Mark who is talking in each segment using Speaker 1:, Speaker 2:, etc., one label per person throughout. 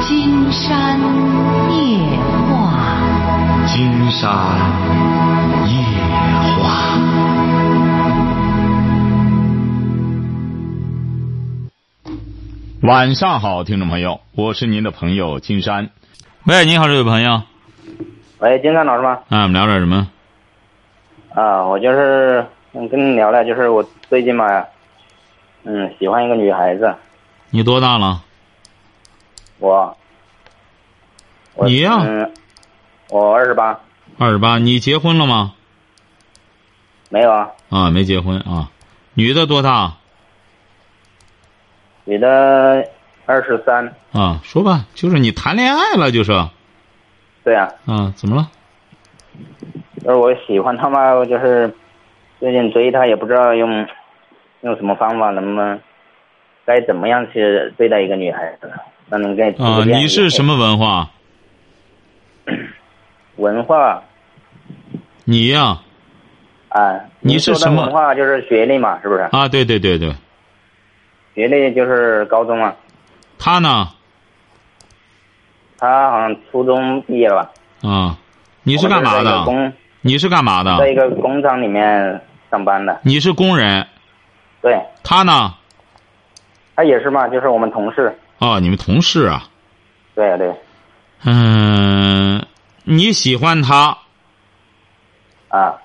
Speaker 1: 金山夜话，
Speaker 2: 金山夜话。晚上好，听众朋友，我是您的朋友金山。喂，你好，这位朋友。
Speaker 3: 喂，金山老师吗？
Speaker 2: 啊，我们聊点什么？
Speaker 3: 啊，我就是嗯跟你聊聊，就是我最近吧，嗯，喜欢一个女孩子，
Speaker 2: 你多大了？
Speaker 3: 我，我
Speaker 2: 你呀
Speaker 3: 嗯，我二十八，
Speaker 2: 二十八。你结婚了吗？
Speaker 3: 没有啊，
Speaker 2: 啊，没结婚啊。女的多大？
Speaker 3: 女的二十三，
Speaker 2: 啊，说吧，就是你谈恋爱了，就是啊，
Speaker 3: 对啊，
Speaker 2: 怎么了？
Speaker 3: 就是我喜欢她吧，我就是最近追她，也不知道用用什么方法，能不能该怎么样去对待一个女孩子呢？那能给
Speaker 2: 啊，你是什
Speaker 3: 么
Speaker 2: 么文化？
Speaker 3: 文化
Speaker 2: 你呀、
Speaker 3: 啊？
Speaker 2: 你
Speaker 3: 您
Speaker 2: 是
Speaker 3: 说的
Speaker 2: 什么
Speaker 3: 文化就是学历嘛，是不是？
Speaker 2: 啊，对对对对，
Speaker 3: 学历就是高中啊，
Speaker 2: 他呢？
Speaker 3: 他好像初中毕业了吧？
Speaker 2: 啊，你是干嘛
Speaker 3: 我就是在一个
Speaker 2: 的？啊
Speaker 3: 工
Speaker 2: 你是干嘛的？
Speaker 3: 在一个工厂里面上班的，
Speaker 2: 你是工人，
Speaker 3: 对
Speaker 2: 他呢？
Speaker 3: 他也是嘛，就是我们同事，
Speaker 2: 哦，你们同事啊。
Speaker 3: 对对
Speaker 2: 嗯，你喜欢他，
Speaker 3: 啊，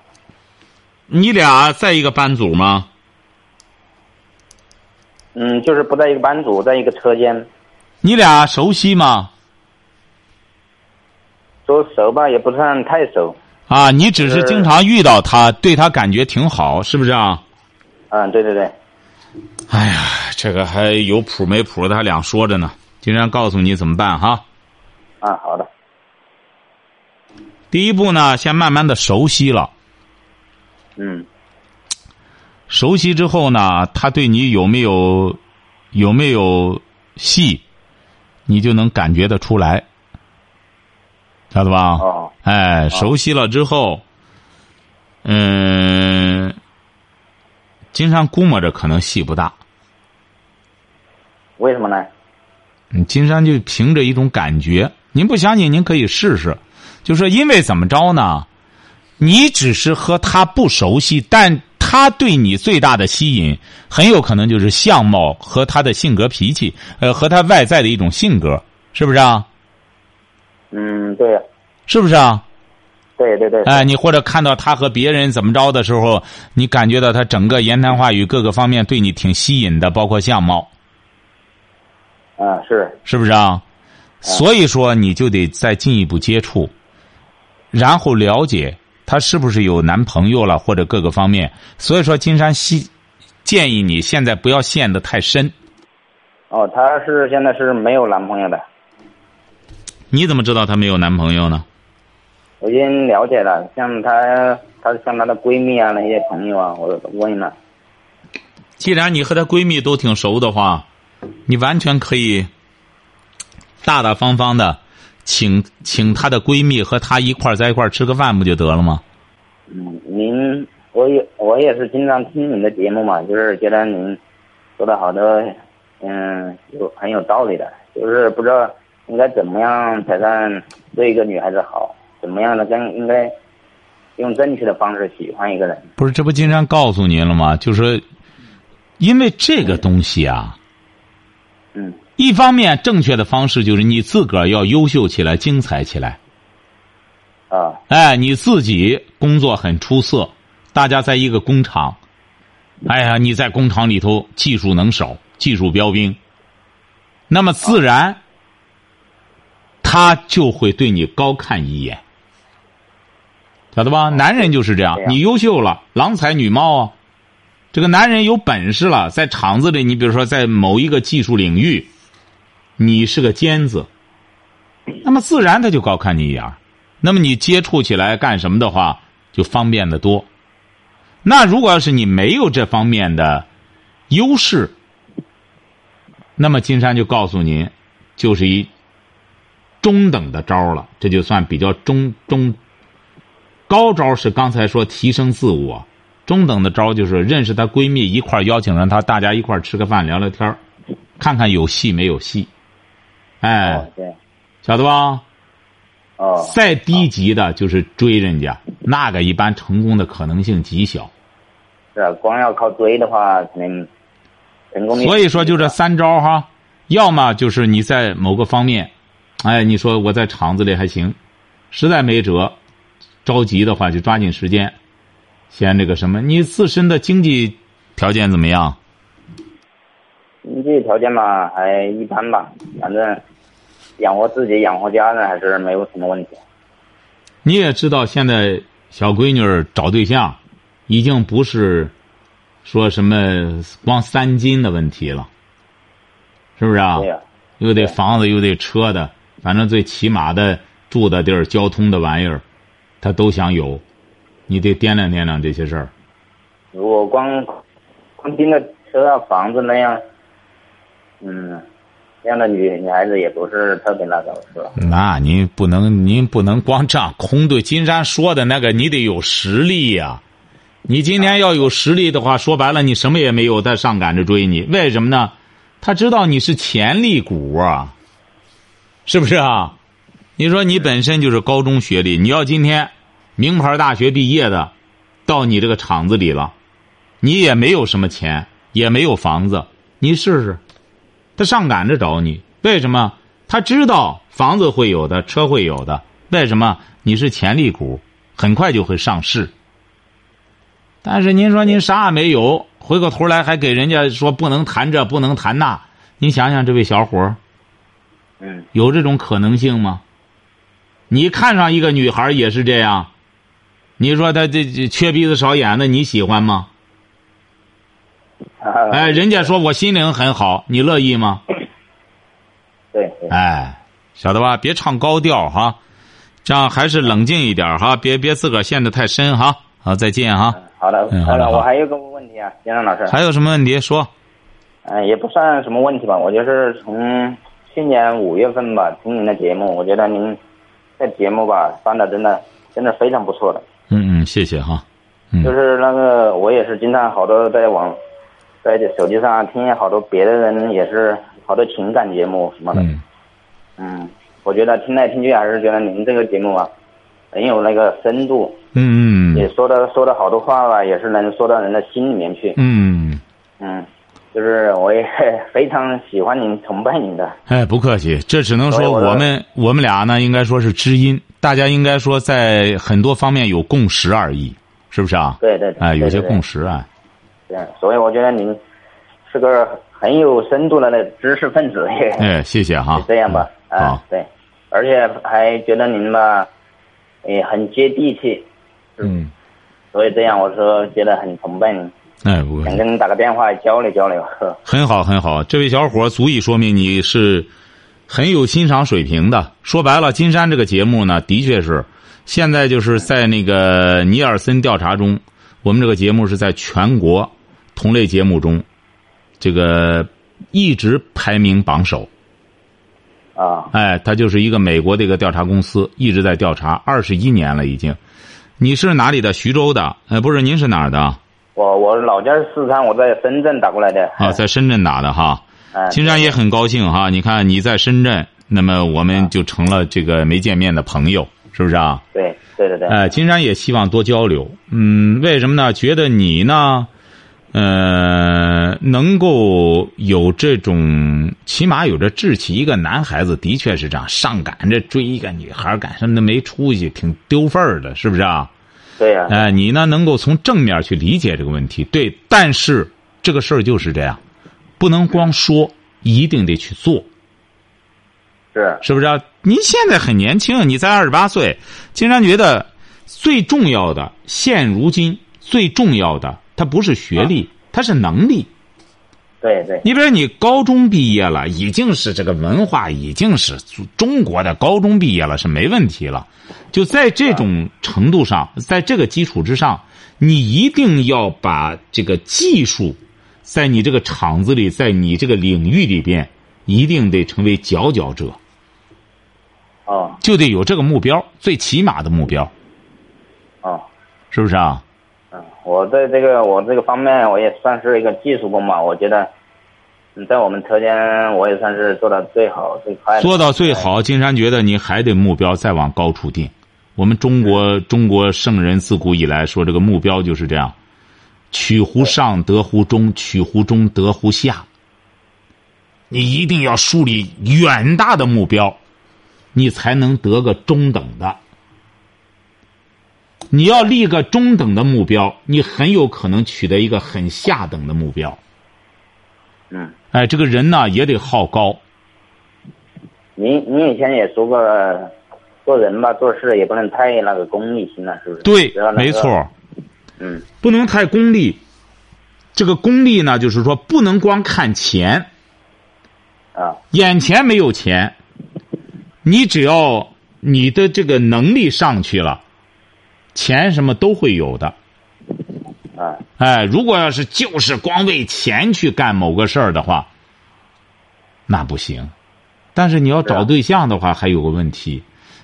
Speaker 2: 你俩在一个班组吗？
Speaker 3: 嗯，就是不在一个班组，在一个车间，
Speaker 2: 你俩熟悉吗？
Speaker 3: 说熟吧也不算太熟，
Speaker 2: 啊，你只是
Speaker 3: 是
Speaker 2: 经常遇到
Speaker 3: 呃
Speaker 2: 他，对他感觉挺好，是不是啊？
Speaker 3: 嗯，对对对，
Speaker 2: 哎呀，这个还有谱没谱的，他俩说着呢。今天告诉你怎么办哈。
Speaker 3: 啊，好的，
Speaker 2: 第一步呢，先慢慢的熟悉了，
Speaker 3: 嗯
Speaker 2: 熟悉之后呢，他对你有没有有没有戏，你就能感觉得出来，知道吧？
Speaker 3: 哦
Speaker 2: 哎，熟悉了之后，嗯，金山估摸着可能戏不大。
Speaker 3: 为什么呢？
Speaker 2: 嗯金山就凭着一种感觉，您不相信，您可以试试。就说因为怎么着呢？你只是和他不熟悉，但他对你最大的吸引，很有可能就是相貌和他的性格脾气，呃，和他外在的一种性格，是不是啊？
Speaker 3: 嗯，对
Speaker 2: 是不是啊？
Speaker 3: 对对对，
Speaker 2: 哎，你或者看到他和别人怎么着的时候，你感觉到他整个言谈话语各个方面对你挺吸引的，包括相貌，
Speaker 3: 嗯是，
Speaker 2: 是不是啊？所以说，你就得再进一步接触，然后了解他是不是有男朋友了，或者各个方面。所以说，金山希建议你现在不要陷得太深。
Speaker 3: 哦，他是现在是没有男朋友的，
Speaker 2: 你怎么知道她没有男朋友呢？
Speaker 3: 我已经了解了，像她，她像她的闺蜜啊那些朋友啊，我问了，
Speaker 2: 既然你和她闺蜜都挺熟的话，你完全可以大大方方的请请她的闺蜜和她一块儿在一块儿吃个饭，不就得了吗？
Speaker 3: 嗯，您，我也我也是经常听您的节目嘛，就是觉得您说的好多，嗯，有很有道理的，就是不知道应该怎么样才算对一个女孩子好，怎么样的跟应该用正确的方式喜欢一个人，
Speaker 2: 不是，这不金山告诉您了吗？就是因为这个东西啊，
Speaker 3: 嗯，
Speaker 2: 一方面正确的方式就是你自个儿要优秀起来、精彩起来，
Speaker 3: 啊，
Speaker 2: 哎，你自己工作很出色，大家在一个工厂，哎呀，你在工厂里头技术能手，技术标兵，那么自然，他就会对你高看一眼，晓得吧？男人就是这样
Speaker 3: 这，样
Speaker 2: 你优秀了，郎才女貌啊。这个男人有本事了，在厂子里，你比如说在某一个技术领域，你是个尖子，那么自然他就高看你一眼儿那么你接触起来干什么的话，就方便的多。那如果要是你没有这方面的优势，那么金山就告诉您，就是一中等的招儿了，这就算比较中中高招儿是刚才说提升自我，中等的招儿就是认识她闺蜜一块儿邀请上她，大家一块儿吃个饭聊聊天儿看看有戏没有戏，哎，
Speaker 3: 哦，对，
Speaker 2: 晓得吧？
Speaker 3: 哦，
Speaker 2: 再低级的就是追人家，那个一般成功的可能性极小。
Speaker 3: 是啊，光要靠追的话，肯定成功率。
Speaker 2: 所以说，就这三招哈，要么就是你在某个方面，哎，你说我在厂子里还行，实在没辙，着急的话就抓紧时间，先这个什么，你自身的经济条件怎么样？
Speaker 3: 经济条件吧，还一般吧，反正养活自己、养活家人还是没有什么问题。
Speaker 2: 你也知道，现在小闺女儿找对象，已经不是说什么光三金的问题了，是不是啊？
Speaker 3: 对呀、
Speaker 2: 又得
Speaker 3: 对
Speaker 2: 房子，又得车的，反正最起码的住的地儿、交通的玩意儿，她都想有，你得掂量掂量这些事儿。
Speaker 3: 如果光光盯着车啊、房子那样，嗯，这样的女女孩子也不是特别那个，是吧？
Speaker 2: 那您不能，您不能光这样空对。金山说的那个，你得有实力呀、你今天要有实力的话，说白了，你什么也没有，他上赶着追你，为什么呢？他知道你是潜力股啊，是不是啊？你说你本身就是高中学历，你要今天名牌大学毕业的，到你这个厂子里了，你也没有什么钱，也没有房子，你试试，他上赶着找你，为什么？他知道房子会有的，车会有的，为什么？你是潜力股，很快就会上市。但是您说您啥也没有，回过头来还给人家说不能谈这，不能谈那，您想想这位小伙儿
Speaker 3: 嗯，
Speaker 2: 有这种可能性吗？你看上一个女孩儿也是这样，你说她这这缺鼻子少眼的，你喜欢吗？哎， 人家说我心灵很好，你乐意吗？
Speaker 3: 对对，
Speaker 2: 哎，晓得吧？别唱高调哈，这样还是冷静一点哈，别别自个儿陷得太深哈。好，再见哈。
Speaker 3: 嗯好的，
Speaker 2: 嗯好
Speaker 3: 好
Speaker 2: 的
Speaker 3: 的，
Speaker 2: 好
Speaker 3: 我还有个问题啊，金山老师，
Speaker 2: 还有什么问题说？
Speaker 3: 嗯，也不算什么问题吧，我就是从去年五月份吧听您的节目，我觉得您这节目吧办的真的真的非常不错的，
Speaker 2: 嗯嗯，谢谢哈。嗯
Speaker 3: 就是那个我也是经常好多在网，在手机上啊听见好多别的人也是好多情感节目什么的，
Speaker 2: 嗯，
Speaker 3: 嗯，我觉得听来听去还是觉得您这个节目啊很有那个深度，
Speaker 2: 嗯
Speaker 3: 也
Speaker 2: 嗯
Speaker 3: 说的说的好多话吧，也是能说到人的心里面去，
Speaker 2: 嗯，
Speaker 3: 嗯，就是我也 非常喜欢您、崇拜您的。
Speaker 2: 哎，不客气，这只能说
Speaker 3: 所以我
Speaker 2: 我们我们俩呢，应该说是知音，大家应该说在很多方面有共识而已，是不是啊？
Speaker 3: 对对对，
Speaker 2: 哎，有些共
Speaker 3: 识。
Speaker 2: 识啊。
Speaker 3: 对，嗯所以我觉得您是个很有深度的那知识分子，也
Speaker 2: 哎，谢谢哈
Speaker 3: 就。这样吧。
Speaker 2: 嗯
Speaker 3: 啊
Speaker 2: 好，，
Speaker 3: 对，而且还觉得您吧，也很接地气，
Speaker 2: 嗯，
Speaker 3: 所以这样我说觉得很崇拜您，
Speaker 2: 哎，不客气
Speaker 3: 想。跟您打个电话交流交流。 呵
Speaker 2: 很好，很好，这位小伙儿足以说明你是很有欣赏水平的。说白了，金山这个节目呢，的确是现在就是在那个尼尔森调查中，我们这个节目是在全国同类节目中，这个一直排名榜首。
Speaker 3: 啊，
Speaker 2: 哎，他就是一个美国的一个调查公司，一直在调查，二十一年了已经。你是哪里的？徐州的？呃，不是，您是哪儿的？
Speaker 3: 我我老家是四川，我在深圳打过来的。
Speaker 2: 啊，在深圳打的哈。
Speaker 3: 哎，
Speaker 2: 金山也很高兴哈，你看你在深圳，那么我们就成了这个没见面的朋友，是不是啊？
Speaker 3: 哎对对对对，
Speaker 2: 呃，金山也希望多交流。嗯，为什么呢？觉得你呢，呃，能够有这种，起码有这志气。一个男孩子的确是这样，上赶着追一个女孩儿干什么的没出息，挺丢份儿的，是不是啊？
Speaker 3: 对 呀，
Speaker 2: 哎，你呢能够从正面去理解这个问题，对。但是这个事儿就是这样，不能光说，一定得去做，
Speaker 3: 是
Speaker 2: 是不是、啊？您现在很年轻，你才二十八岁，金山觉得最重要的，现如今最重要的，它不是学历，它是能力。
Speaker 3: 对对
Speaker 2: 你比如你高中毕业了，已经是这个文化，已经是中国的高中毕业了，是没问题了。就在这种程度上，在这个基础之上，你一定要把这个技术，在你这个厂子里，在你这个领域里边，一定得成为佼佼者，
Speaker 3: 哦
Speaker 2: 就得有这个目标，最起码的目标，
Speaker 3: 哦。
Speaker 2: 是不是啊？
Speaker 3: 嗯，我在这个我这个方面，我也算是一个技术工吧。我觉得，嗯在我们车间，我也算是做到最好最快的。哎
Speaker 2: 做到最好，金山觉得你还得目标再往高处定。我们中国中国圣人自古以来说这个目标就是这样：取乎上，得乎中；取乎中，得乎下。你一定要树立远大的目标，你才能得个中等的。你要立个中等的目标，你很有可能取得一个很下等的目标。
Speaker 3: 嗯，
Speaker 2: 哎，这个人呢也得好高，
Speaker 3: 您您以前也说过，做人吧，做事也不能太那个功利心了，是不是？
Speaker 2: 对
Speaker 3: 只要，那个
Speaker 2: 没错。儿。
Speaker 3: 嗯
Speaker 2: 不能太功利。这个功利呢，就是说不能光看钱，
Speaker 3: 啊，
Speaker 2: 眼前没有钱，你只要你的这个能力上去了，钱什么都会有的。
Speaker 3: 啊，
Speaker 2: 哎，如果要是就是光为钱去干某个事儿的话，那不行。但是你要
Speaker 3: 是
Speaker 2: 找
Speaker 3: 啊
Speaker 2: 对象的话，还有个问题，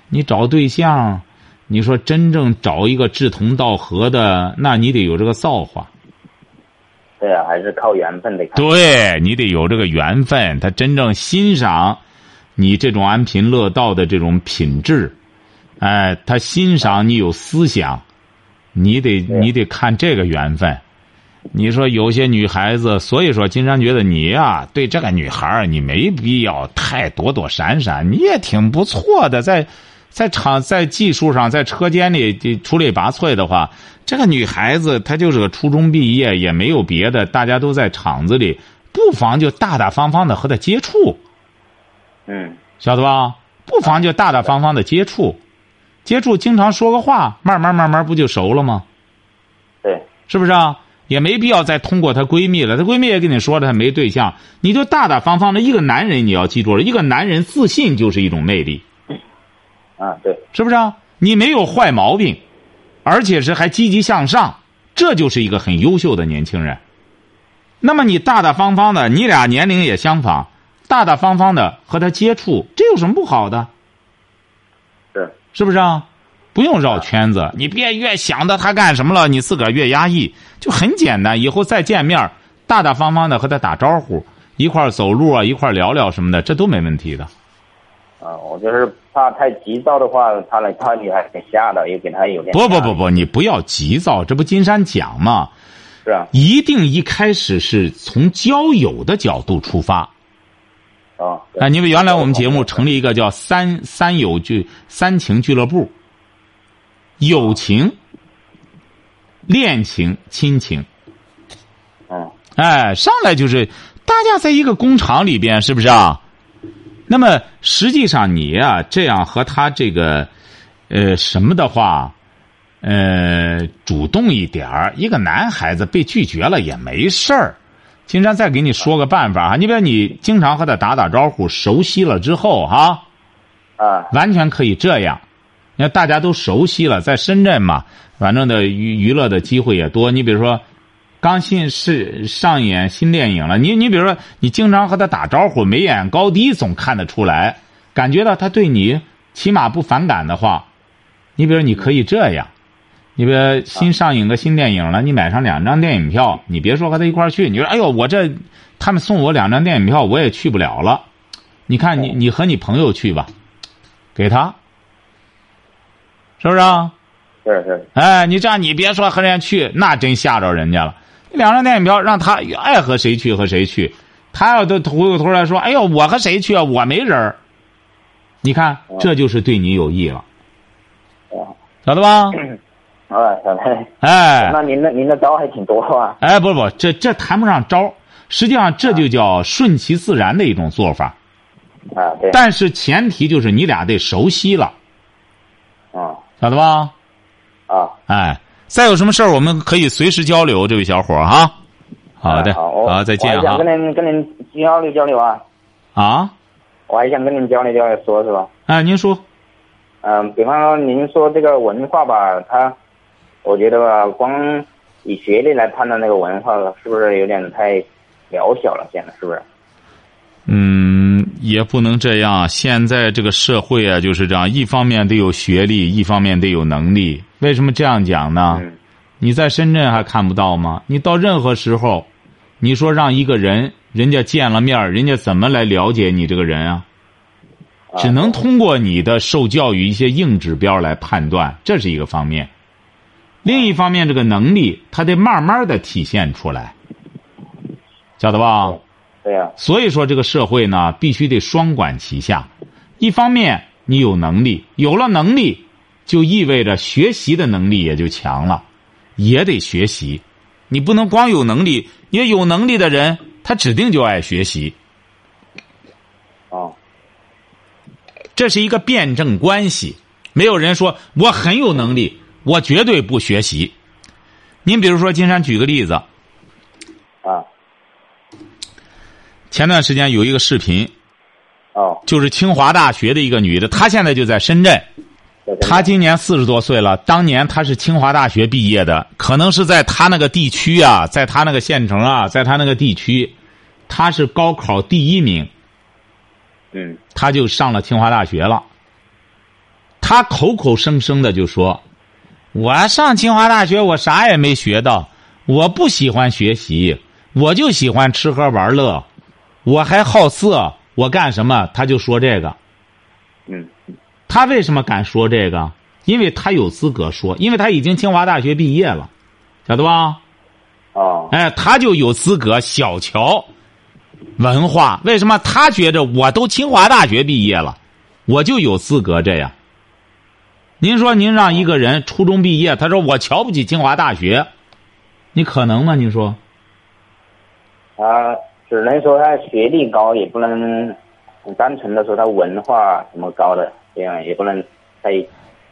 Speaker 2: 你找对象，你说真正找一个志同道合的，那你得有这个造化。
Speaker 3: 对啊，还是靠缘分得看。
Speaker 2: 对你得有这个缘分，他真正欣赏你这种安贫乐道的这种品质，哎，他欣赏你有思想，你得
Speaker 3: 对
Speaker 2: 你得看这个缘分。你说有些女孩子，所以说金山觉得你呀、对这个女孩儿你没必要太躲躲闪闪，你也挺不错的，在在厂在技术上，在车间里这出类拔萃的话，这个女孩子她就是个初中毕业，也没有别的，大家都在厂子里，不妨就大大方方的和她接触，
Speaker 3: 嗯，
Speaker 2: 晓得吧？不妨就大大方方的接触，接触经常说个话，慢慢慢慢不就熟了吗？
Speaker 3: 对，
Speaker 2: 是不是啊？也没必要再通过她闺蜜了，她闺蜜也跟你说了，她没对象，你就大大方方的。一个男人你要记住了，一个男人自信就是一种魅力，
Speaker 3: 啊，对，
Speaker 2: 是不是啊？你没有坏毛病，而且是还积极向上，这就是一个很优秀的年轻人。那么你大大方方的，你俩年龄也相仿，大大方方的和他接触，这有什么不好的？
Speaker 3: 是，
Speaker 2: 是不是啊？不用绕圈子，你别越想着他干什么了，你自个儿越压抑，就很简单。以后再见面儿，大大方方的和他打招呼，一块儿走路啊，一块儿聊聊什么的，这都没问题的。
Speaker 3: 啊，我就是怕太急躁的话，怕了怕女孩给吓到，也给她有点
Speaker 2: 不不不
Speaker 3: 不，
Speaker 2: 不，你不要急躁，这不金山讲吗？
Speaker 3: 是啊，
Speaker 2: 一定一开始是从交友的角度出发
Speaker 3: 哦，对
Speaker 2: 啊！因为原来我们节目
Speaker 3: 对
Speaker 2: 成立一个叫“三三友俱三情俱乐部”，友情、恋情、亲情，
Speaker 3: 嗯，
Speaker 2: 哎，上来就是大家在一个工厂里边，是不是啊？那么实际上你啊，这样和他这个，呃，什么的话，呃，主动一点儿。一个男孩子被拒绝了也没事儿。金山再给你说个办法啊，你比如你经常和他打打招呼，熟悉了之后哈、
Speaker 3: 啊，
Speaker 2: 完全可以这样。你看大家都熟悉了，在深圳嘛，反正的娱娱乐的机会也多。你比如说，刚新是上演新电影了，你你比如说，你经常和他打招呼，眉眼高低总看得出来，感觉到他对你起码不反感的话，你比如你可以这样。你比如新上映个新电影了，你买上两张电影票，你别说和他一块儿去，你说哎呦我这，他们送我两张电影票我也去不了了，你看你你和你朋友去吧，给他，是不是啊？
Speaker 3: 是是，
Speaker 2: 哎，你这样你别说和人家去，那真吓着人家了。两张电影票让他爱和谁去和谁去，他要都回过头来说：“哎呦，我和谁去啊？我没人儿。”你看，这就是对你有益了，
Speaker 3: 啊，
Speaker 2: 晓得吧？
Speaker 3: 啊， 小妹，
Speaker 2: 哎
Speaker 3: 那您的您的招还挺多啊，
Speaker 2: 哎，不不，这这谈不上招儿，实际上这就叫顺其自然的一种做法。
Speaker 3: 啊，对，
Speaker 2: 但是前提就是你俩得熟悉了，
Speaker 3: 啊
Speaker 2: 晓得吧？
Speaker 3: 啊，
Speaker 2: 哎，再有什么事儿，我们可以随时交流，这位小伙儿哈。好的，
Speaker 3: 啊哎好，我
Speaker 2: 再
Speaker 3: 我
Speaker 2: 见啊
Speaker 3: 还
Speaker 2: 哈
Speaker 3: 想跟。您跟您交流交流啊，
Speaker 2: 啊，
Speaker 3: 我还想跟您交流交流，说是吧？
Speaker 2: 哎，您说，
Speaker 3: 嗯，比方说您说这个文化吧，它，我觉得吧，光以学历来判断这个文化，是不是有点太渺小了？现在是不是？
Speaker 2: 嗯，也不能这样。现在这个社会啊，就是这样，一方面得有学历，一方面得有能力。为什么这样讲呢？
Speaker 3: 嗯，
Speaker 2: 你在深圳还看不到吗？你到任何时候，你说让一个人，人家见了面儿，人家怎么来了解你这个人啊？
Speaker 3: 啊
Speaker 2: 只能通过你的受教育一些硬指标来判断，这是一个方面。另一方面，这个能力他得慢慢的体现出来，晓得吧？
Speaker 3: 对啊呀、
Speaker 2: 所以说，这个社会呢，必须得双管齐下。一方面，你有能力，有了能力，就意味着学习的能力也就强了，也得学习。你不能光有能力，也有能力的人，他指定就爱学习。
Speaker 3: 啊，
Speaker 2: 这是一个辩证关系，没有人说我很有能力，我绝对不学习。您比如说，金山举个例子，
Speaker 3: 啊，
Speaker 2: 前段时间有一个视频，
Speaker 3: 哦，
Speaker 2: 就是清华大学的一个女的，她现在就在深圳，
Speaker 3: 对
Speaker 2: 她今年四十多岁了，当年她是清华大学毕业的，可能是在她那个地区啊，在她那个县城啊，在她那个地区，她是高考第一名，
Speaker 3: 嗯，
Speaker 2: 她就上了清华大学了。她口口声声的就说：“我上清华大学，我啥也没学到，我不喜欢学习，我就喜欢吃喝玩乐，我还好色，我干什么？”她就说这个。
Speaker 3: 嗯，
Speaker 2: 他为什么敢说这个？因为他有资格说，因为他已经清华大学毕业了，晓得吧？
Speaker 3: 哦，
Speaker 2: 哎，他就有资格小瞧文化。为什么他觉着我都清华大学毕业了，我就有资格这样？您说，您让一个人初中毕业，他说我瞧不起清华大学，你可能吗？你说，
Speaker 3: 他只能说他学历高，也不能单纯的说他文化什么高的，这样也不能再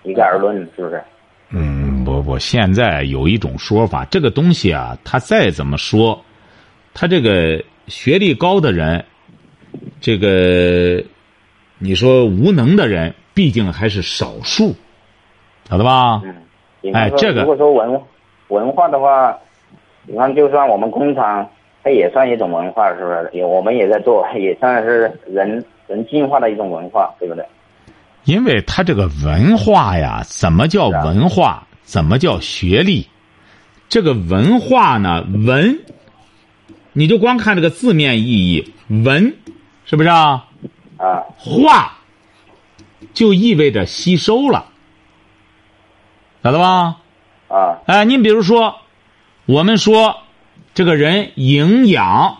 Speaker 3: 一概而论，是不是？
Speaker 2: 哎嗯，不不，现在有一种说法，这个东西啊，他再怎么说，他这个学历高的人，这个你说无能的人，毕竟还是少数，晓得吧？
Speaker 3: 嗯，比
Speaker 2: 哎
Speaker 3: 方说，
Speaker 2: 这个
Speaker 3: 如果说文文化的话，比方就算我们工厂，它也算一种文化，是不是？也我们也在做，也算是人人进化的一种文化，对不对？
Speaker 2: 因为他这个文化呀，怎么叫
Speaker 3: 是啊
Speaker 2: 文化？怎么叫学历？这个文化呢，文，你就光看这个字面意义，文，是不是啊？
Speaker 3: 啊，
Speaker 2: 化，就意味着吸收了，晓得吧？
Speaker 3: 啊，
Speaker 2: 哎，您比如说，我们说这个人营养、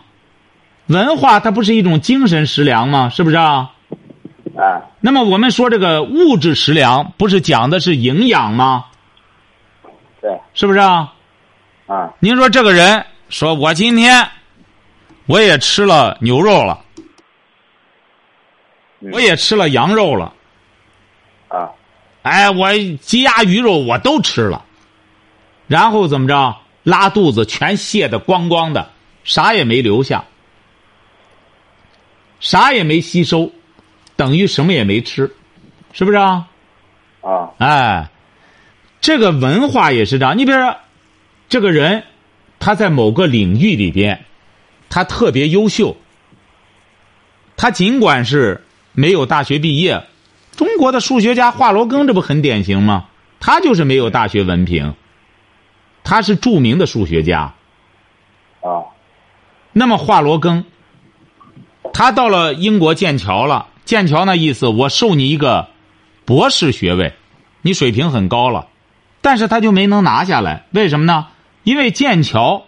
Speaker 2: 文化，它不是一种精神食粮吗？是不是啊？
Speaker 3: 啊，
Speaker 2: 那么我们说这个物质食粮，不是讲的是营养吗？
Speaker 3: 对，
Speaker 2: 是不是啊？
Speaker 3: 啊，
Speaker 2: 您说这个人说，我今天我也吃了牛肉了，
Speaker 3: 嗯
Speaker 2: 我也吃了羊肉了，
Speaker 3: 啊，
Speaker 2: 哎，我鸡鸭鱼肉我都吃了，然后怎么着？拉肚子全泻的光光的，啥也没留下，啥也没吸收，等于什么也没吃，是不是啊？
Speaker 3: 啊，
Speaker 2: 哎，这个文化也是这样。你比如说，这个人他在某个领域里边，他特别优秀，他尽管是没有大学毕业，中国的数学家华罗庚这不很典型吗？他就是没有大学文凭，他是著名的数学家。
Speaker 3: 啊，
Speaker 2: 那么华罗庚，他到了英国剑桥了，剑桥那意思我授你一个博士学位，你水平很高了，但是他就没能拿下来，为什么呢？因为剑桥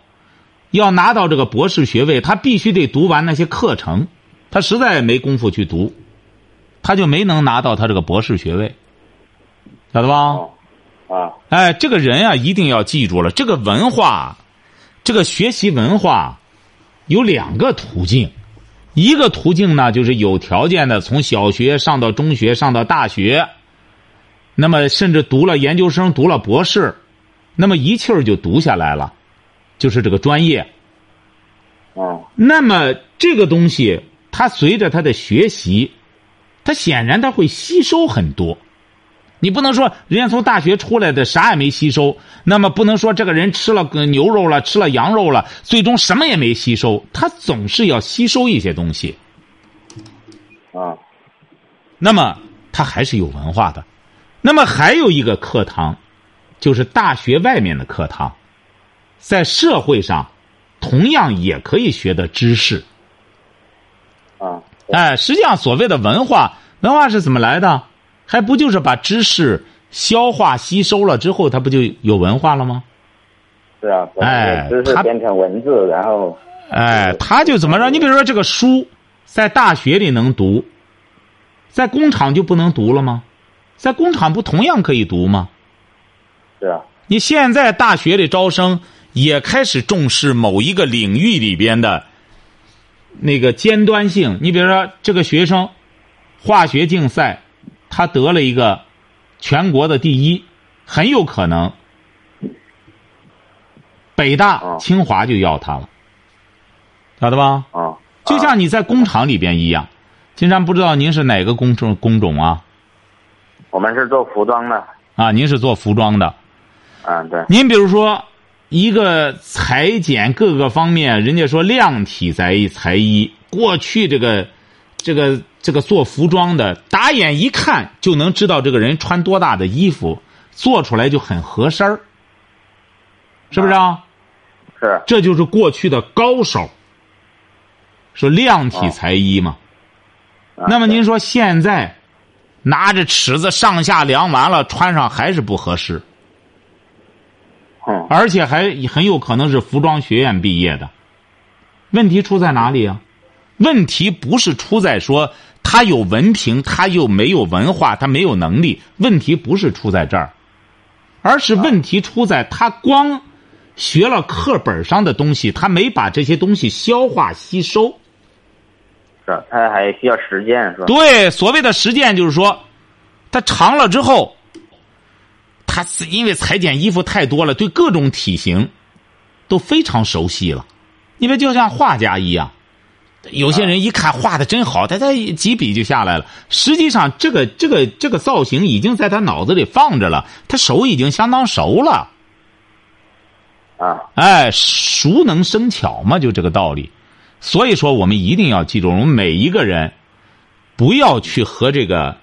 Speaker 2: 要拿到这个博士学位，他必须得读完那些课程，他实在没工夫去读，他就没能拿到他这个博士学位，晓得吧？
Speaker 3: 哦，啊，
Speaker 2: 哎，这个人啊，一定要记住了，这个文化，这个学习文化，有两个途径，一个途径呢，就是有条件的从小学上到中学，上到大学，那么甚至读了研究生，读了博士，那么一气儿就读下来了，就是这个专业。
Speaker 3: 嗯，
Speaker 2: 那么这个东西，它随着他的学习，它显然它会吸收很多。你不能说人家从大学出来的啥也没吸收，那么不能说这个人吃了呃牛肉了，吃了羊肉了，最终什么也没吸收。他总是要吸收一些东西，
Speaker 3: 啊，
Speaker 2: 那么他还是有文化的。那么还有一个课堂，就是大学外面的课堂，在社会上同样也可以学的知识。
Speaker 3: 啊，
Speaker 2: 哎，实际上所谓的文化，文化是怎么来的？还不就是把知识消化吸收了之后，它不就有文化了吗？
Speaker 3: 是啊，把
Speaker 2: 哎
Speaker 3: 知识
Speaker 2: 他
Speaker 3: 变成文字，然后
Speaker 2: 哎，他就怎么着？你比如说这个书，在大学里能读，在工厂就不能读了吗？在工厂不同样可以读吗？
Speaker 3: 是啊，
Speaker 2: 你现在大学里招生也开始重视某一个领域里边的那个尖端性。你比如说，这个学生化学竞赛，他得了一个全国的第一，很有可能北大、
Speaker 3: 哦
Speaker 2: 清华就要他了，晓得吧？
Speaker 3: 啊，
Speaker 2: 就像你在工厂里边一样。金山不知道您是哪个工种工种啊？
Speaker 3: 我们是做服装的，
Speaker 2: 啊，您是做服装的。
Speaker 3: 嗯，对，
Speaker 2: 您比如说，一个裁剪各个方面，人家说量体裁衣，裁衣过去这个，这个这个做服装的，打眼一看就能知道这个人穿多大的衣服，做出来就很合身儿，是不是啊？
Speaker 3: 是
Speaker 2: 这就是过去的高手，说量体裁衣嘛。
Speaker 3: 啊
Speaker 2: 那么您
Speaker 3: 对
Speaker 2: 说现在拿着尺子上下量完了，穿上还是不合适。
Speaker 3: 嗯
Speaker 2: 而且还很有可能是服装学院毕业的。问题出在哪里啊？问题不是出在说他有文凭，他又没有文化，他没有能力。问题不是出在这儿，而是问题出在他光学了课本上的东西，他没把这些东西消化吸收。
Speaker 3: 是，啊他还需要实践是吧？
Speaker 2: 对，所谓的实践就是说，他尝了之后，他是因为裁剪衣服太多了，对各种体型都非常熟悉了。因为就像画家一样，有些人一看画的真好，他他几笔就下来了。实际上，这个这个这个造型已经在他脑子里放着了，他手已经相当熟了。
Speaker 3: 啊，
Speaker 2: 哎，熟能生巧嘛，就这个道理。所以说，我们一定要记住，我们每一个人不要去和这个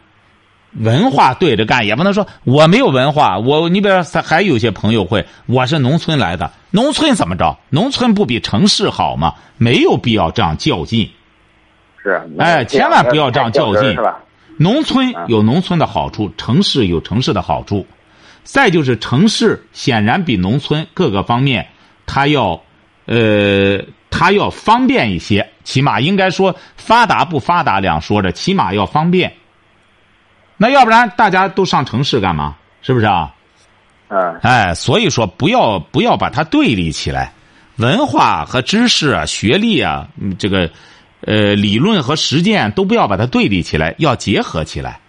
Speaker 2: 文化对着干，也不能说我没有文化。我你比如说，还有些朋友会，我是农村来的，农村怎么着？农村不比城市好吗？没有必要这样较劲。
Speaker 3: 是，
Speaker 2: 哎千万不要这样较劲
Speaker 3: 太真儿是吧？
Speaker 2: 农村
Speaker 3: 啊
Speaker 2: 有农村的好处，城市有城市的好处，再就是城市显然比农村各个方面，它要，呃，它要方便一些，起码应该说发达不发达两说着，起码要方便。那要不然大家都上城市干嘛？是不是啊？
Speaker 3: 嗯，
Speaker 2: 哎，所以说不要不要把它对立起来，文化和知识啊、学历啊，嗯这个呃理论和实践啊都不要把它对立起来，要结合起来，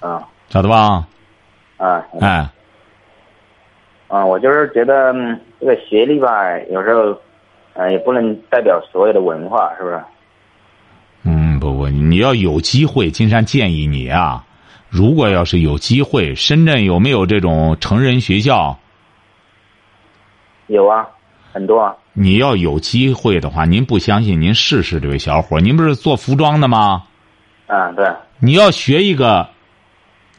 Speaker 3: 啊
Speaker 2: 晓得吧？
Speaker 3: 啊
Speaker 2: 哎，
Speaker 3: 啊，我就是觉得嗯这个学历吧，有时候，呃，也不能代表所有的文化，是不是？
Speaker 2: 嗯，不不，你要有机会，金山建议你啊，如果要是有机会，深圳有没有这种成人学校？
Speaker 3: 有啊，很多啊，
Speaker 2: 你要有机会的话，您不相信，您试试，这位小伙儿，您不是做服装的吗？
Speaker 3: 啊，对，
Speaker 2: 你要学一个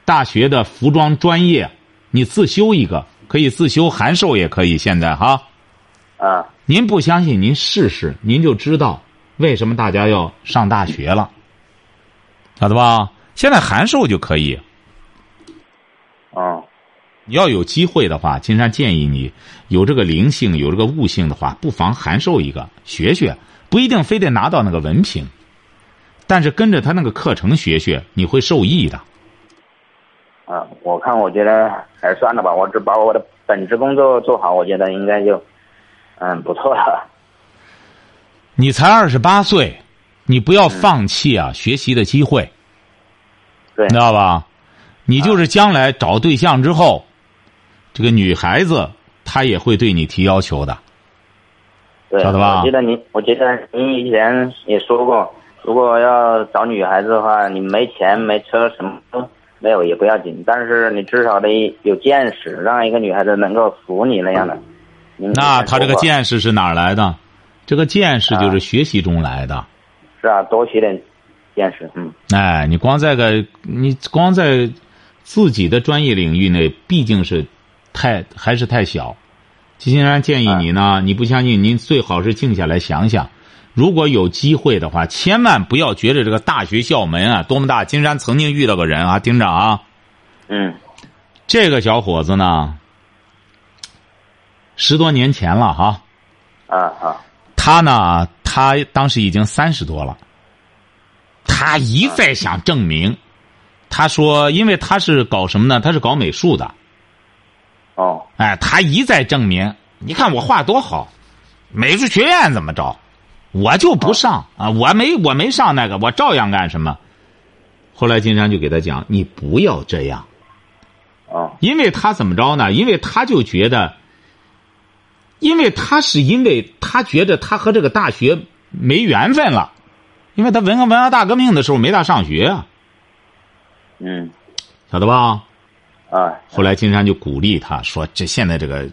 Speaker 2: 大学的服装专业，你自修一个，可以自修函授也可以。现在哈，
Speaker 3: 啊，
Speaker 2: 您不相信，您试试，您就知道为什么大家要上大学了，晓得吧？现在函授就可以。
Speaker 3: 嗯，
Speaker 2: 你要有机会的话，金山建议你有这个灵性、有这个悟性的话，不妨函授一个学学，不一定非得拿到那个文凭，但是跟着他那个课程学学，你会受益的。
Speaker 3: 啊，我看我觉得还是算了吧，我只把我的本职工作做好，我觉得应该就，嗯，不错了。
Speaker 2: 你才二十八岁，你不要放弃啊、学习的机会，
Speaker 3: 对
Speaker 2: 你知，道吧？你就是将来找对象之后，这个女孩子她也会对你提要求的。
Speaker 3: 对，
Speaker 2: 晓得吧
Speaker 3: 我记得您，我记得您以前也说过，如果要找女孩子的话，你没钱、没车、什么都没有也不要紧，但是你至少得有见识，让一个女孩子能够服你那样的。您
Speaker 2: 嗯那
Speaker 3: 以前
Speaker 2: 她这个
Speaker 3: 说过
Speaker 2: 见识是哪儿来的？这个见识就是学习中来的。
Speaker 3: 是啊，多学点见识，嗯，
Speaker 2: 哎，你光在个你光在自己的专业领域内，毕竟是太还是太小。金先生建议你呢，你不相信，您最好是静下来想想。如果有机会的话，千万不要觉得这个大学校门啊多么大。金山曾经遇到个人啊，听着啊，
Speaker 3: 嗯
Speaker 2: 这个小伙子呢，十多年前了哈，
Speaker 3: 啊啊
Speaker 2: 他呢，他当时已经三十多了，他一再想证明。他说，因为他是搞什么呢？他是搞美术的，
Speaker 3: 哦
Speaker 2: 哎，他一再证明，你看我画多好，美术学院怎么着，我就不上啊，我没我没上那个，我照样干什么。后来金山就给他讲，你不要这样，
Speaker 3: 哦
Speaker 2: 因为他怎么着呢？因为他就觉得，因为他是因为他觉得他和这个大学没缘分了，因为他文革文化大革命的时候没大上学啊，
Speaker 3: 嗯
Speaker 2: 晓得吧？
Speaker 3: 啊
Speaker 2: 后来金山就鼓励他说：“这现在这个，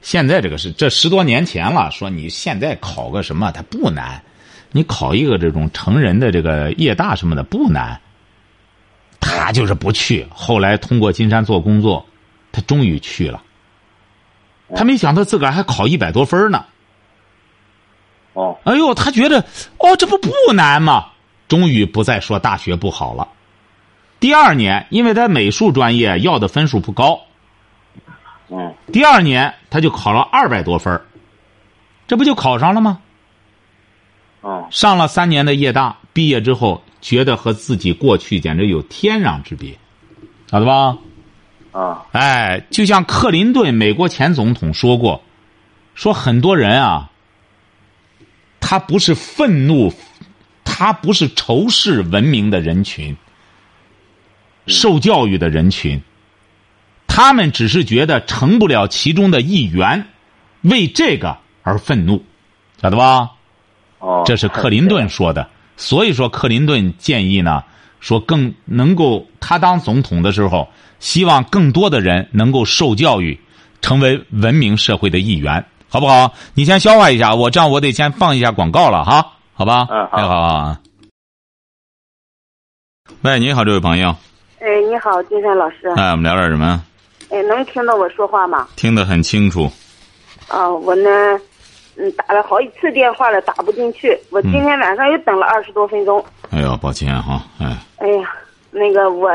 Speaker 2: 现在这个是这十多年前了，说你现在考个什么，它不难，你考一个这种成人的这个夜大什么的不难。”他就是不去。后来通过金山做工作，他终于去了。他没想到自个儿还考一百多分呢。
Speaker 3: 哦
Speaker 2: 哎呦，他觉得哦，这不不难吗？终于不再说大学不好了。第二年，因为他美术专业要的分数不高，
Speaker 3: 嗯
Speaker 2: 第二年他就考了二百多分儿这不就考上了吗？
Speaker 3: 哦
Speaker 2: 上了三年的夜大，毕业之后觉得和自己过去简直有天壤之别，晓得吧？
Speaker 3: 啊
Speaker 2: 哎，就像克林顿美国前总统说过，说很多人啊，他不是愤怒，他不是仇视文明的人群，受教育的人群，他们只是觉得成不了其中的一员，为这个而愤怒，晓得吧？
Speaker 3: 哦，
Speaker 2: 这是克林顿说的。所以说，克林顿建议呢，说更能够他当总统的时候，希望更多的人能够受教育，成为文明社会的一员，好不好？你先消化一下，我这样我得先放一下广告了哈，好吧？
Speaker 3: 嗯好
Speaker 2: 哎好啊。喂，你好，这位朋友，
Speaker 4: 哎，你好，金山老
Speaker 3: 嗯
Speaker 4: 师。
Speaker 2: 哎，我们聊点什么？
Speaker 4: 哎，能听到我说话吗？
Speaker 2: 听得很清楚，
Speaker 4: 啊，我呢，嗯，打了好几次电话了，打不进去。我
Speaker 2: 嗯
Speaker 4: 今天晚上又等了二十多分钟。
Speaker 2: 哎呦，抱歉哈，哎，
Speaker 4: 哎呀，那个我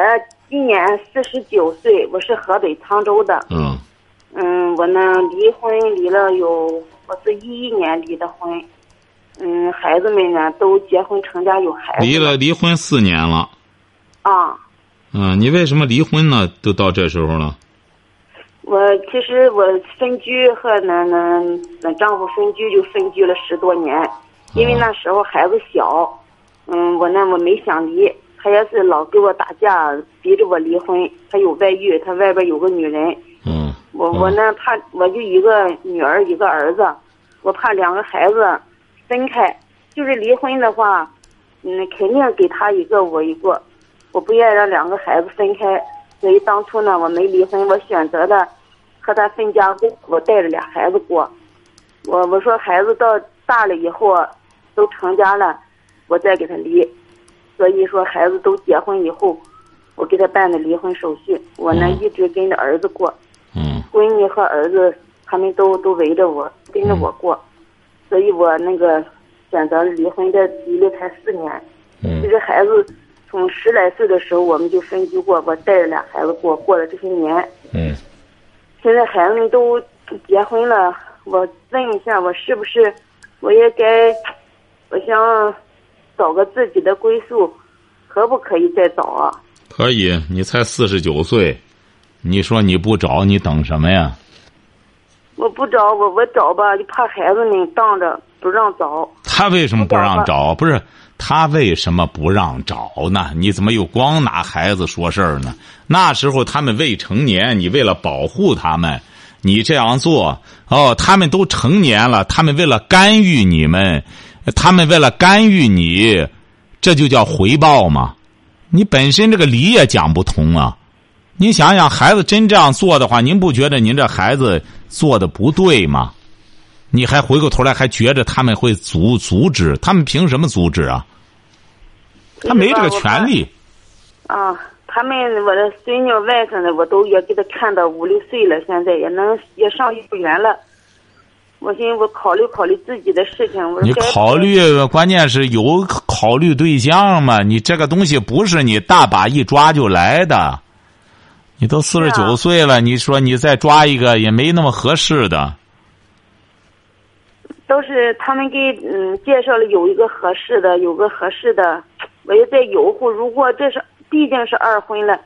Speaker 4: 今年四十九岁，我是河北沧州的。
Speaker 2: 嗯
Speaker 4: 嗯，我呢离婚离了有，我是一一年离的婚。嗯，孩子们呢都结婚成家有孩
Speaker 3: 哎
Speaker 4: 子。
Speaker 2: 离了离婚四年了，
Speaker 4: 啊，
Speaker 2: 嗯，你为什么离婚呢？都到这时候了，
Speaker 4: 我其实我分居和那那那丈夫分居就分居了十多年，因为那时候孩子小，嗯，我呢我没想离，他也是老跟我打架，逼着我离婚。他有外遇，他外边有个女人，
Speaker 2: 嗯，
Speaker 4: 我
Speaker 2: 嗯
Speaker 4: 我呢怕我就一个女儿一个儿子，我怕两个孩子分开，就是离婚的话，嗯，肯定给他一个我一个，我不愿意让两个孩子分开，所以当初呢我没离婚，我选择的和他分家过，我带着俩孩子过，我我说孩子到大了以后都成家了，我再给他离，所以说孩子都结婚以后，我给他办的离婚手续，我呢
Speaker 2: 嗯
Speaker 4: 一直跟着儿子过。
Speaker 2: 嗯。
Speaker 4: 闺女和儿子他们都都围着我跟
Speaker 2: 嗯
Speaker 4: 着我过，所以我那个选择了离婚的离了才四年。
Speaker 2: 嗯
Speaker 4: 这个孩子从十来岁的时候我们就分居过，我带着俩孩子过过了这些年。
Speaker 2: 嗯
Speaker 4: 现在孩子们都结婚了，我问一下，我是不是我也该，我想找个自己的归宿，可不可以再找啊？，
Speaker 2: 可以，你才四十九岁，你说你不找，你等什么呀？
Speaker 4: 我不找，我我找吧，就怕孩子们当着不让找。
Speaker 2: 他为什么不让
Speaker 4: 不
Speaker 2: 找？不是他为什么不让找呢？你怎么又光拿孩子说事儿呢？那时候他们未成年，你为了保护他们，你这样做哦。他们都成年了，他们为了干预你们，他们为了干预你，这就叫回报吗？你本身这个理也讲不通啊。您想想，孩子真这样做的话，您不觉得您这孩子做的不对吗？你还回过头来还觉着他们会阻阻止，他们凭什么阻止啊？他没这个权利。
Speaker 4: 啊，他们我的孙女外甥呢，我都也给他看到五六岁了，现在也能也上幼儿园了。我寻思我考虑考虑自己的事情。我说
Speaker 2: 你
Speaker 4: 该不
Speaker 2: 考虑，关键是有考虑对象嘛？你这个东西不是你大把一抓就来的，你都四十
Speaker 4: 是啊
Speaker 2: 九岁了，你说你再抓一个也没那么合适的。
Speaker 4: 都是他们给嗯介绍了有一个合适的，有个合适的，我又在犹豫。如果这是毕竟是二婚了，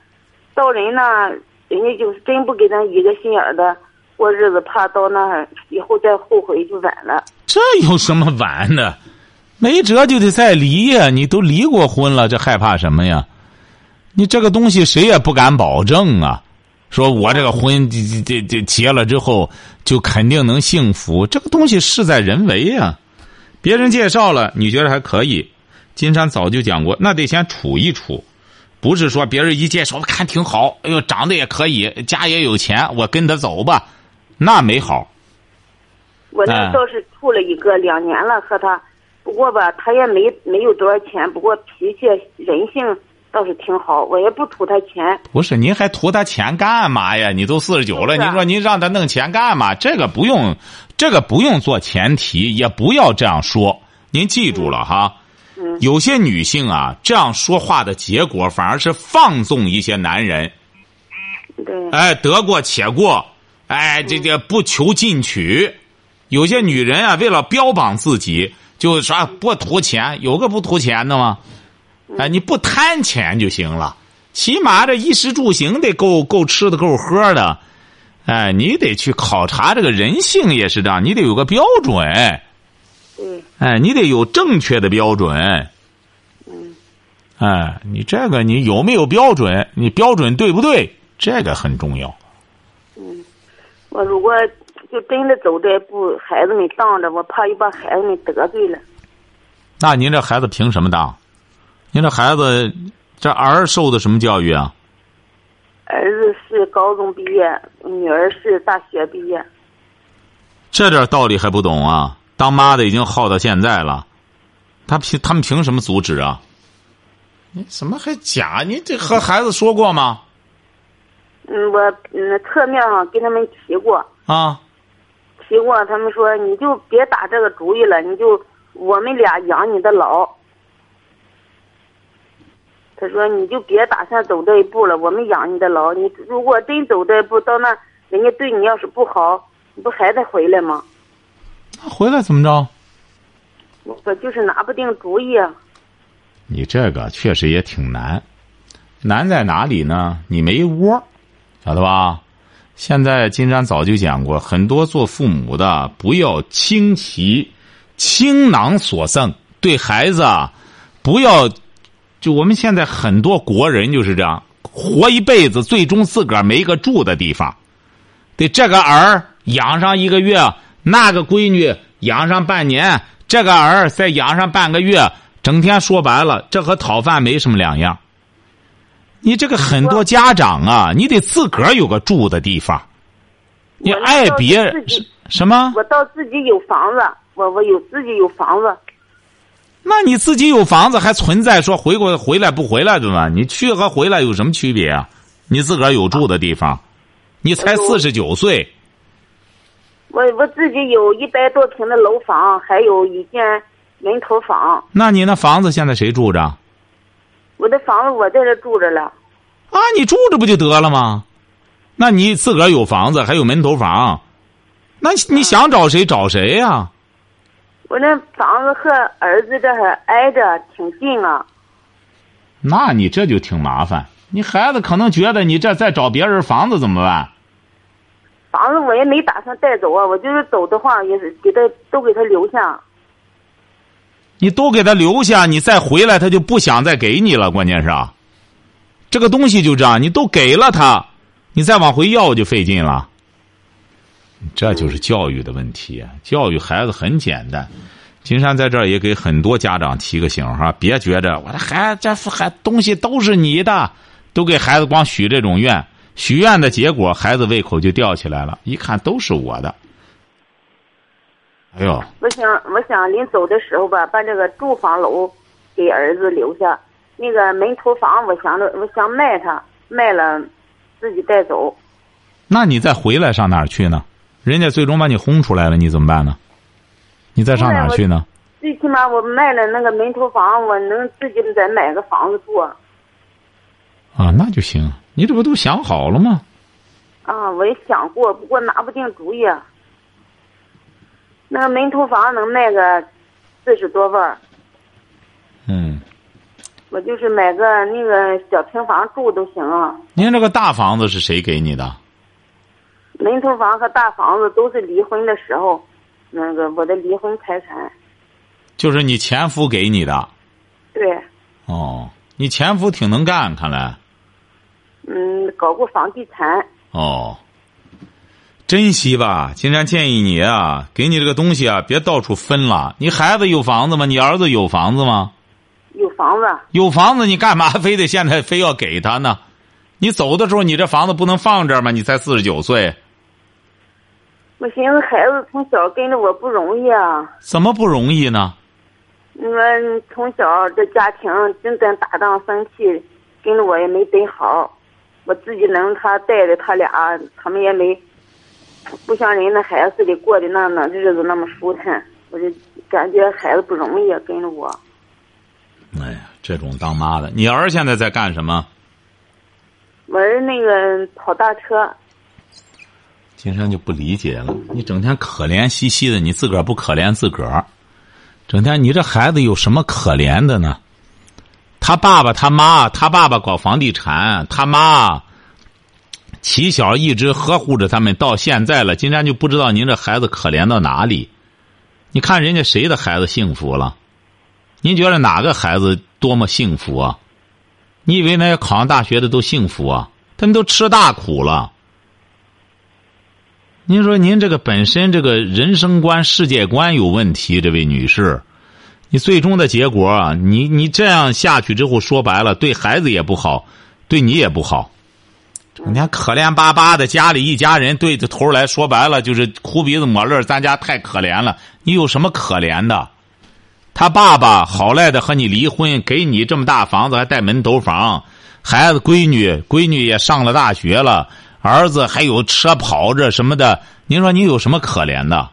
Speaker 4: 到人那人家就是真不给咱一个心眼儿的过日子，怕到那儿以后再后悔就晚了。
Speaker 2: 这有什么完的？没辙就得再离呀、你都离过婚了，这害怕什么呀？你这个东西谁也不敢保证啊。说我这个婚这这这这结了之后就肯定能幸福，这个东西事在人为呀、别人介绍了，你觉得还可以，金山早就讲过，那得先处一处，不是说别人一介绍看挺好，哎呦长得也可以，家也有钱，我跟他走吧，那没好。
Speaker 4: 我那
Speaker 2: 哎
Speaker 4: 倒是处了一个两年了和他，不过吧，他也没没有多少钱，不过脾气人性倒是挺好，我也不图他钱。
Speaker 2: 不是，您还图他钱干嘛呀？你都四十九了，
Speaker 4: 就是啊
Speaker 2: 您说您让他弄钱干嘛？这个不用，这个不用做前提，也不要这样说。您记住了哈，
Speaker 4: 嗯
Speaker 2: 有些女性啊，这样说话的结果反而是放纵一些男人，
Speaker 4: 对，
Speaker 2: 哎，得过且过，哎，这这不求进取。有些女人啊，为了标榜自己，就啥不图钱，有个不图钱的吗？哎，你不贪钱就行了，起码这衣食住行得够够吃的，够喝的。哎，你得去考察这个人性也是这样，你得有个标准，
Speaker 4: 对，
Speaker 2: 哎，你得有正确的标准。
Speaker 4: 嗯，
Speaker 2: 哎，你这个你有没有标准？你标准对不对？这个很重要。
Speaker 4: 我如果就真的走这一步，孩子们当着，我怕又把孩子们得罪了。
Speaker 2: 那您这孩子凭什么当？您这孩子这儿受的什么教育啊？
Speaker 4: 儿子是高中毕业，女儿是大学毕业。
Speaker 2: 这点道理还不懂啊？当妈的已经耗到现在了，他凭他们凭什么阻止啊？嗯你怎么还假？你这和孩子说过吗？
Speaker 4: 嗯，我嗯侧面上跟他们提过，
Speaker 2: 啊，
Speaker 4: 提过，他们说你就别打这个主意了，你就我们俩养你的老。他说你就别打算走这一步了，我们养你的老。你如果真走这一步，到那人家对你要是不好，你不还得回来吗？
Speaker 2: 那回来怎么着？
Speaker 4: 我就是拿不定主意啊。
Speaker 2: 你这个确实也挺难，难在哪里呢？你没窝儿，晓得吧？现在金山早就讲过，很多做父母的不要轻其倾囊所赠，对孩子啊，不要就我们现在很多国人就是这样，活一辈子，最终自个儿没个住的地方，得这个儿养上一个月，那个闺女养上半年，这个儿再养上半个月，整天说白了，这和讨饭没什么两样。你这个很多家长啊，你得自个儿有个住的地方，你
Speaker 4: 我那
Speaker 2: 爱
Speaker 4: 时候
Speaker 2: 别
Speaker 4: 自己
Speaker 2: 什么？
Speaker 4: 我到自己有房子，我我有自己有房子，
Speaker 2: 那你自己有房子，还存在说回过回来不回来的吗？你去和回来有什么区别啊？你自个儿有住的地方，你才四十九岁，
Speaker 4: 我我自己有一百多平的楼房，还有一间门头房。
Speaker 2: 那你那房子现在谁住着？啊，
Speaker 4: 我的房子我在这住着了，
Speaker 2: 你住着不就得了吗？那你自个儿有房子，还有门头房，那你想找谁找谁呀、
Speaker 4: 我那房子和儿子这还挨着，挺近啊。
Speaker 2: 那你这就挺麻烦。你孩子可能觉得你这再找别人房子怎么办？
Speaker 4: 房子我也没打算带走啊，我就是走的话也是给他都给他留下。
Speaker 2: 你都给他留下，你再回来，他就不想再给你了。关键是啊，这个东西就这样，你都给了他，你再往回要就费劲了。这就是教育的问题啊！教育孩子很简单。金山在这儿也给很多家长提个醒哈，别觉着我的孩子这孩东西都是你的，都给孩子光许这种愿，许愿的结果，孩子胃口就吊起来了，一看都是我的。哎呦，
Speaker 4: 我想我想临走的时候吧，把这个住房楼给儿子留下，那个门头房我想着我想卖它，卖了自己带走。
Speaker 2: 那你再回来上哪儿去呢？人家最终把你轰出来了，你怎么办呢？你再上哪儿去呢？
Speaker 4: 最起码我卖了那个门头房，我能自己再买个房子住。
Speaker 2: 啊，那就行。你这不都想好了吗？
Speaker 4: 啊，我也想过，不过拿不定主意。啊那个门头房能卖个四十多万儿，
Speaker 2: 嗯，
Speaker 4: 我就是买个那个小平房住都行啊。
Speaker 2: 您这个大房子是谁给你的？
Speaker 4: 门头房和大房子都是离婚的时候，那个我的离婚财产。
Speaker 2: 就是你前夫给你的。
Speaker 4: 对，
Speaker 2: 哦，你前夫挺能干，看来。
Speaker 4: 嗯，搞过房地产。
Speaker 2: 哦，珍惜吧。金山建议你啊，给你这个东西啊，别到处分了。你孩子有房子吗？你儿子有房子吗？
Speaker 4: 有房子，
Speaker 2: 有房子，你干嘛非得现在非要给他呢？你走的时候，你这房子不能放这儿吗？你才四十九岁，
Speaker 4: 我寻思孩子从小跟着我不容易啊。
Speaker 2: 怎么不容易呢？
Speaker 4: 你说你从小这家庭真正打仗生气，跟着我也没得好，我自己能他带着他俩，他们也没不像人家孩子似的过的那那日子那么舒坦，我就感觉孩子不容易啊，跟着我。
Speaker 2: 哎呀，这种当妈的，你儿现在在干什么？
Speaker 4: 我是那个跑大车，
Speaker 2: 金山就不理解了，你整天可怜兮兮的，你自个儿不可怜自个儿，整天你这孩子有什么可怜的呢？他爸爸他妈，他爸爸搞房地产，他妈起小一直呵护着他们，到现在了，金山就不知道您这孩子可怜到哪里。你看人家谁的孩子幸福了？您觉得哪个孩子多么幸福啊？你以为那些考上大学的都幸福啊？他们都吃大苦了。您说您这个本身这个人生观、世界观有问题，这位女士，你最终的结果啊，你你这样下去之后，说白了，对孩子也不好，对你也不好。整天可怜巴巴的，家里一家人对着头来说白了就是哭鼻子抹泪儿，咱家太可怜了。你有什么可怜的？他爸爸好赖的和你离婚，给你这么大房子，还带门头房，孩子闺女闺女也上了大学了，儿子还有车跑着什么的，您说你有什么可怜的？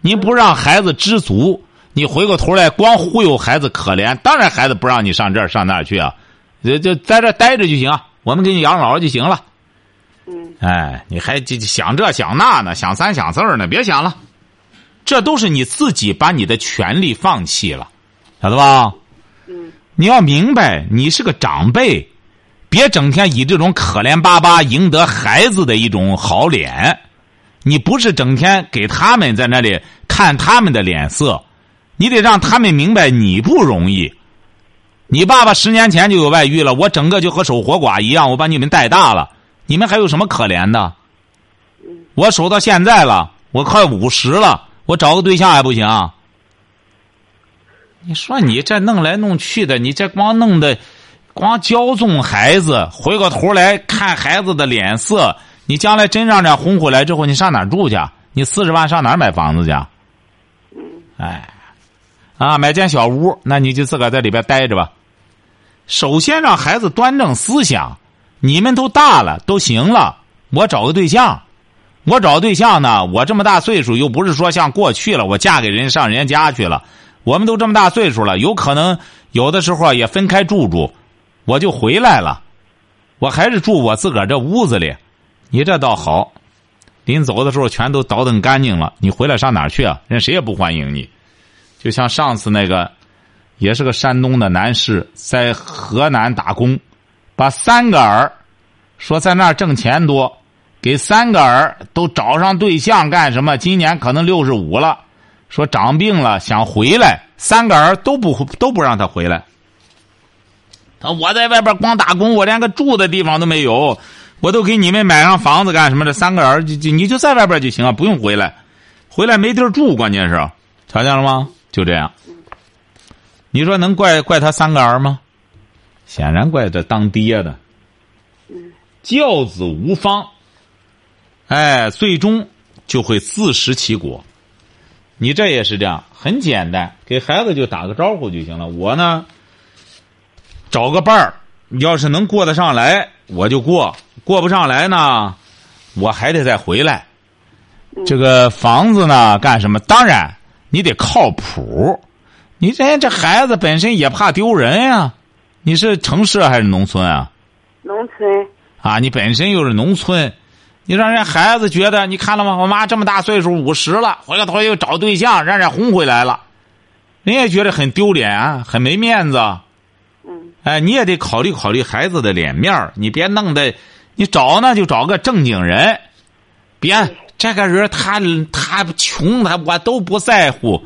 Speaker 2: 您不让孩子知足，你回过头来光忽悠孩子可怜，当然孩子不让你上这儿上那儿去啊，就就在这儿待着就行，啊我们给你养老就行了。
Speaker 4: 嗯，
Speaker 2: 哎，你还这想这想那呢，想三想四儿呢，别想了，这都是你自己把你的权利放弃了，晓得吧？
Speaker 4: 嗯，
Speaker 2: 你要明白，你是个长辈，别整天以这种可怜巴巴赢得孩子的一种好脸，你不是整天给他们在那里看他们的脸色，你得让他们明白你不容易。你爸爸十年前就有外遇了，我整个就和守活寡一样，我把你们带大了。你们还有什么可怜的？我守到现在了，我快五十了，我找个对象还不行？你说你这弄来弄去的，你这光弄的，光骄纵孩子，回过头来看孩子的脸色，你将来真让人轰回来之后，你上哪儿住去？啊你四十万上哪儿买房子去？啊哎，啊，买间小屋，那你就自个儿在里边待着吧。首先让孩子端正思想。你们都大了，都行了，我找个对象，我找对象呢，我这么大岁数，又不是说像过去了，我嫁给人上人家家去了，我们都这么大岁数了，有可能有的时候啊也分开住住，我就回来了，我还是住我自个儿这屋子里，你这倒好，临走的时候全都倒腾干净了，你回来上哪儿去啊？人谁也不欢迎你，就像上次那个，也是个山东的男士在河南打工。把三个儿，说在那儿挣钱多，给三个儿都找上对象干什么？今年可能六十五了，说长病了想回来，三个儿都不都不让他回来。他我在外边光打工，我连个住的地方都没有，我都给你们买上房子干什么？这三个儿就就你就在外边就行了，啊不用回来，回来没地儿住，关键是瞧见了吗？就这样，你说能怪怪他三个儿吗？显然怪这当爹的，教子无方，哎，最终就会自食其果。你这也是这样，很简单，给孩子就打个招呼就行了。我呢，找个伴儿，要是能过得上来，我就过；过不上来呢，我还得再回来。这个房子呢，干什么？当然，你得靠谱。你这这孩子本身也怕丢人呀、你是城市还是农村啊？
Speaker 4: 农村，
Speaker 2: 啊，你本身又是农村，你让人家孩子觉得，你看了吗？我妈这么大岁数，五十了，回过头又找对象，让人家哄回来了，人家觉得很丢脸啊，很没面子。
Speaker 4: 嗯，
Speaker 2: 哎，你也得考虑考虑孩子的脸面儿你别弄得，你找呢就找个正经人，别这个人他他穷他我都不在乎。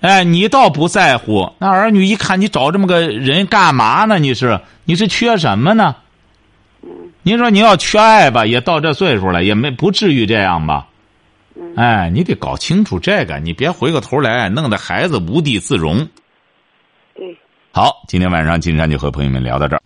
Speaker 2: 哎，你倒不在乎，那儿女一看你找这么个人干嘛呢？你是你是缺什么呢？您说你要缺爱吧，也到这岁数了，也没不至于这样吧？哎，你得搞清楚这个，你别回过头来弄得孩子无地自容。
Speaker 4: 对。哎
Speaker 2: 好，今天晚上金山就和朋友们聊到这儿。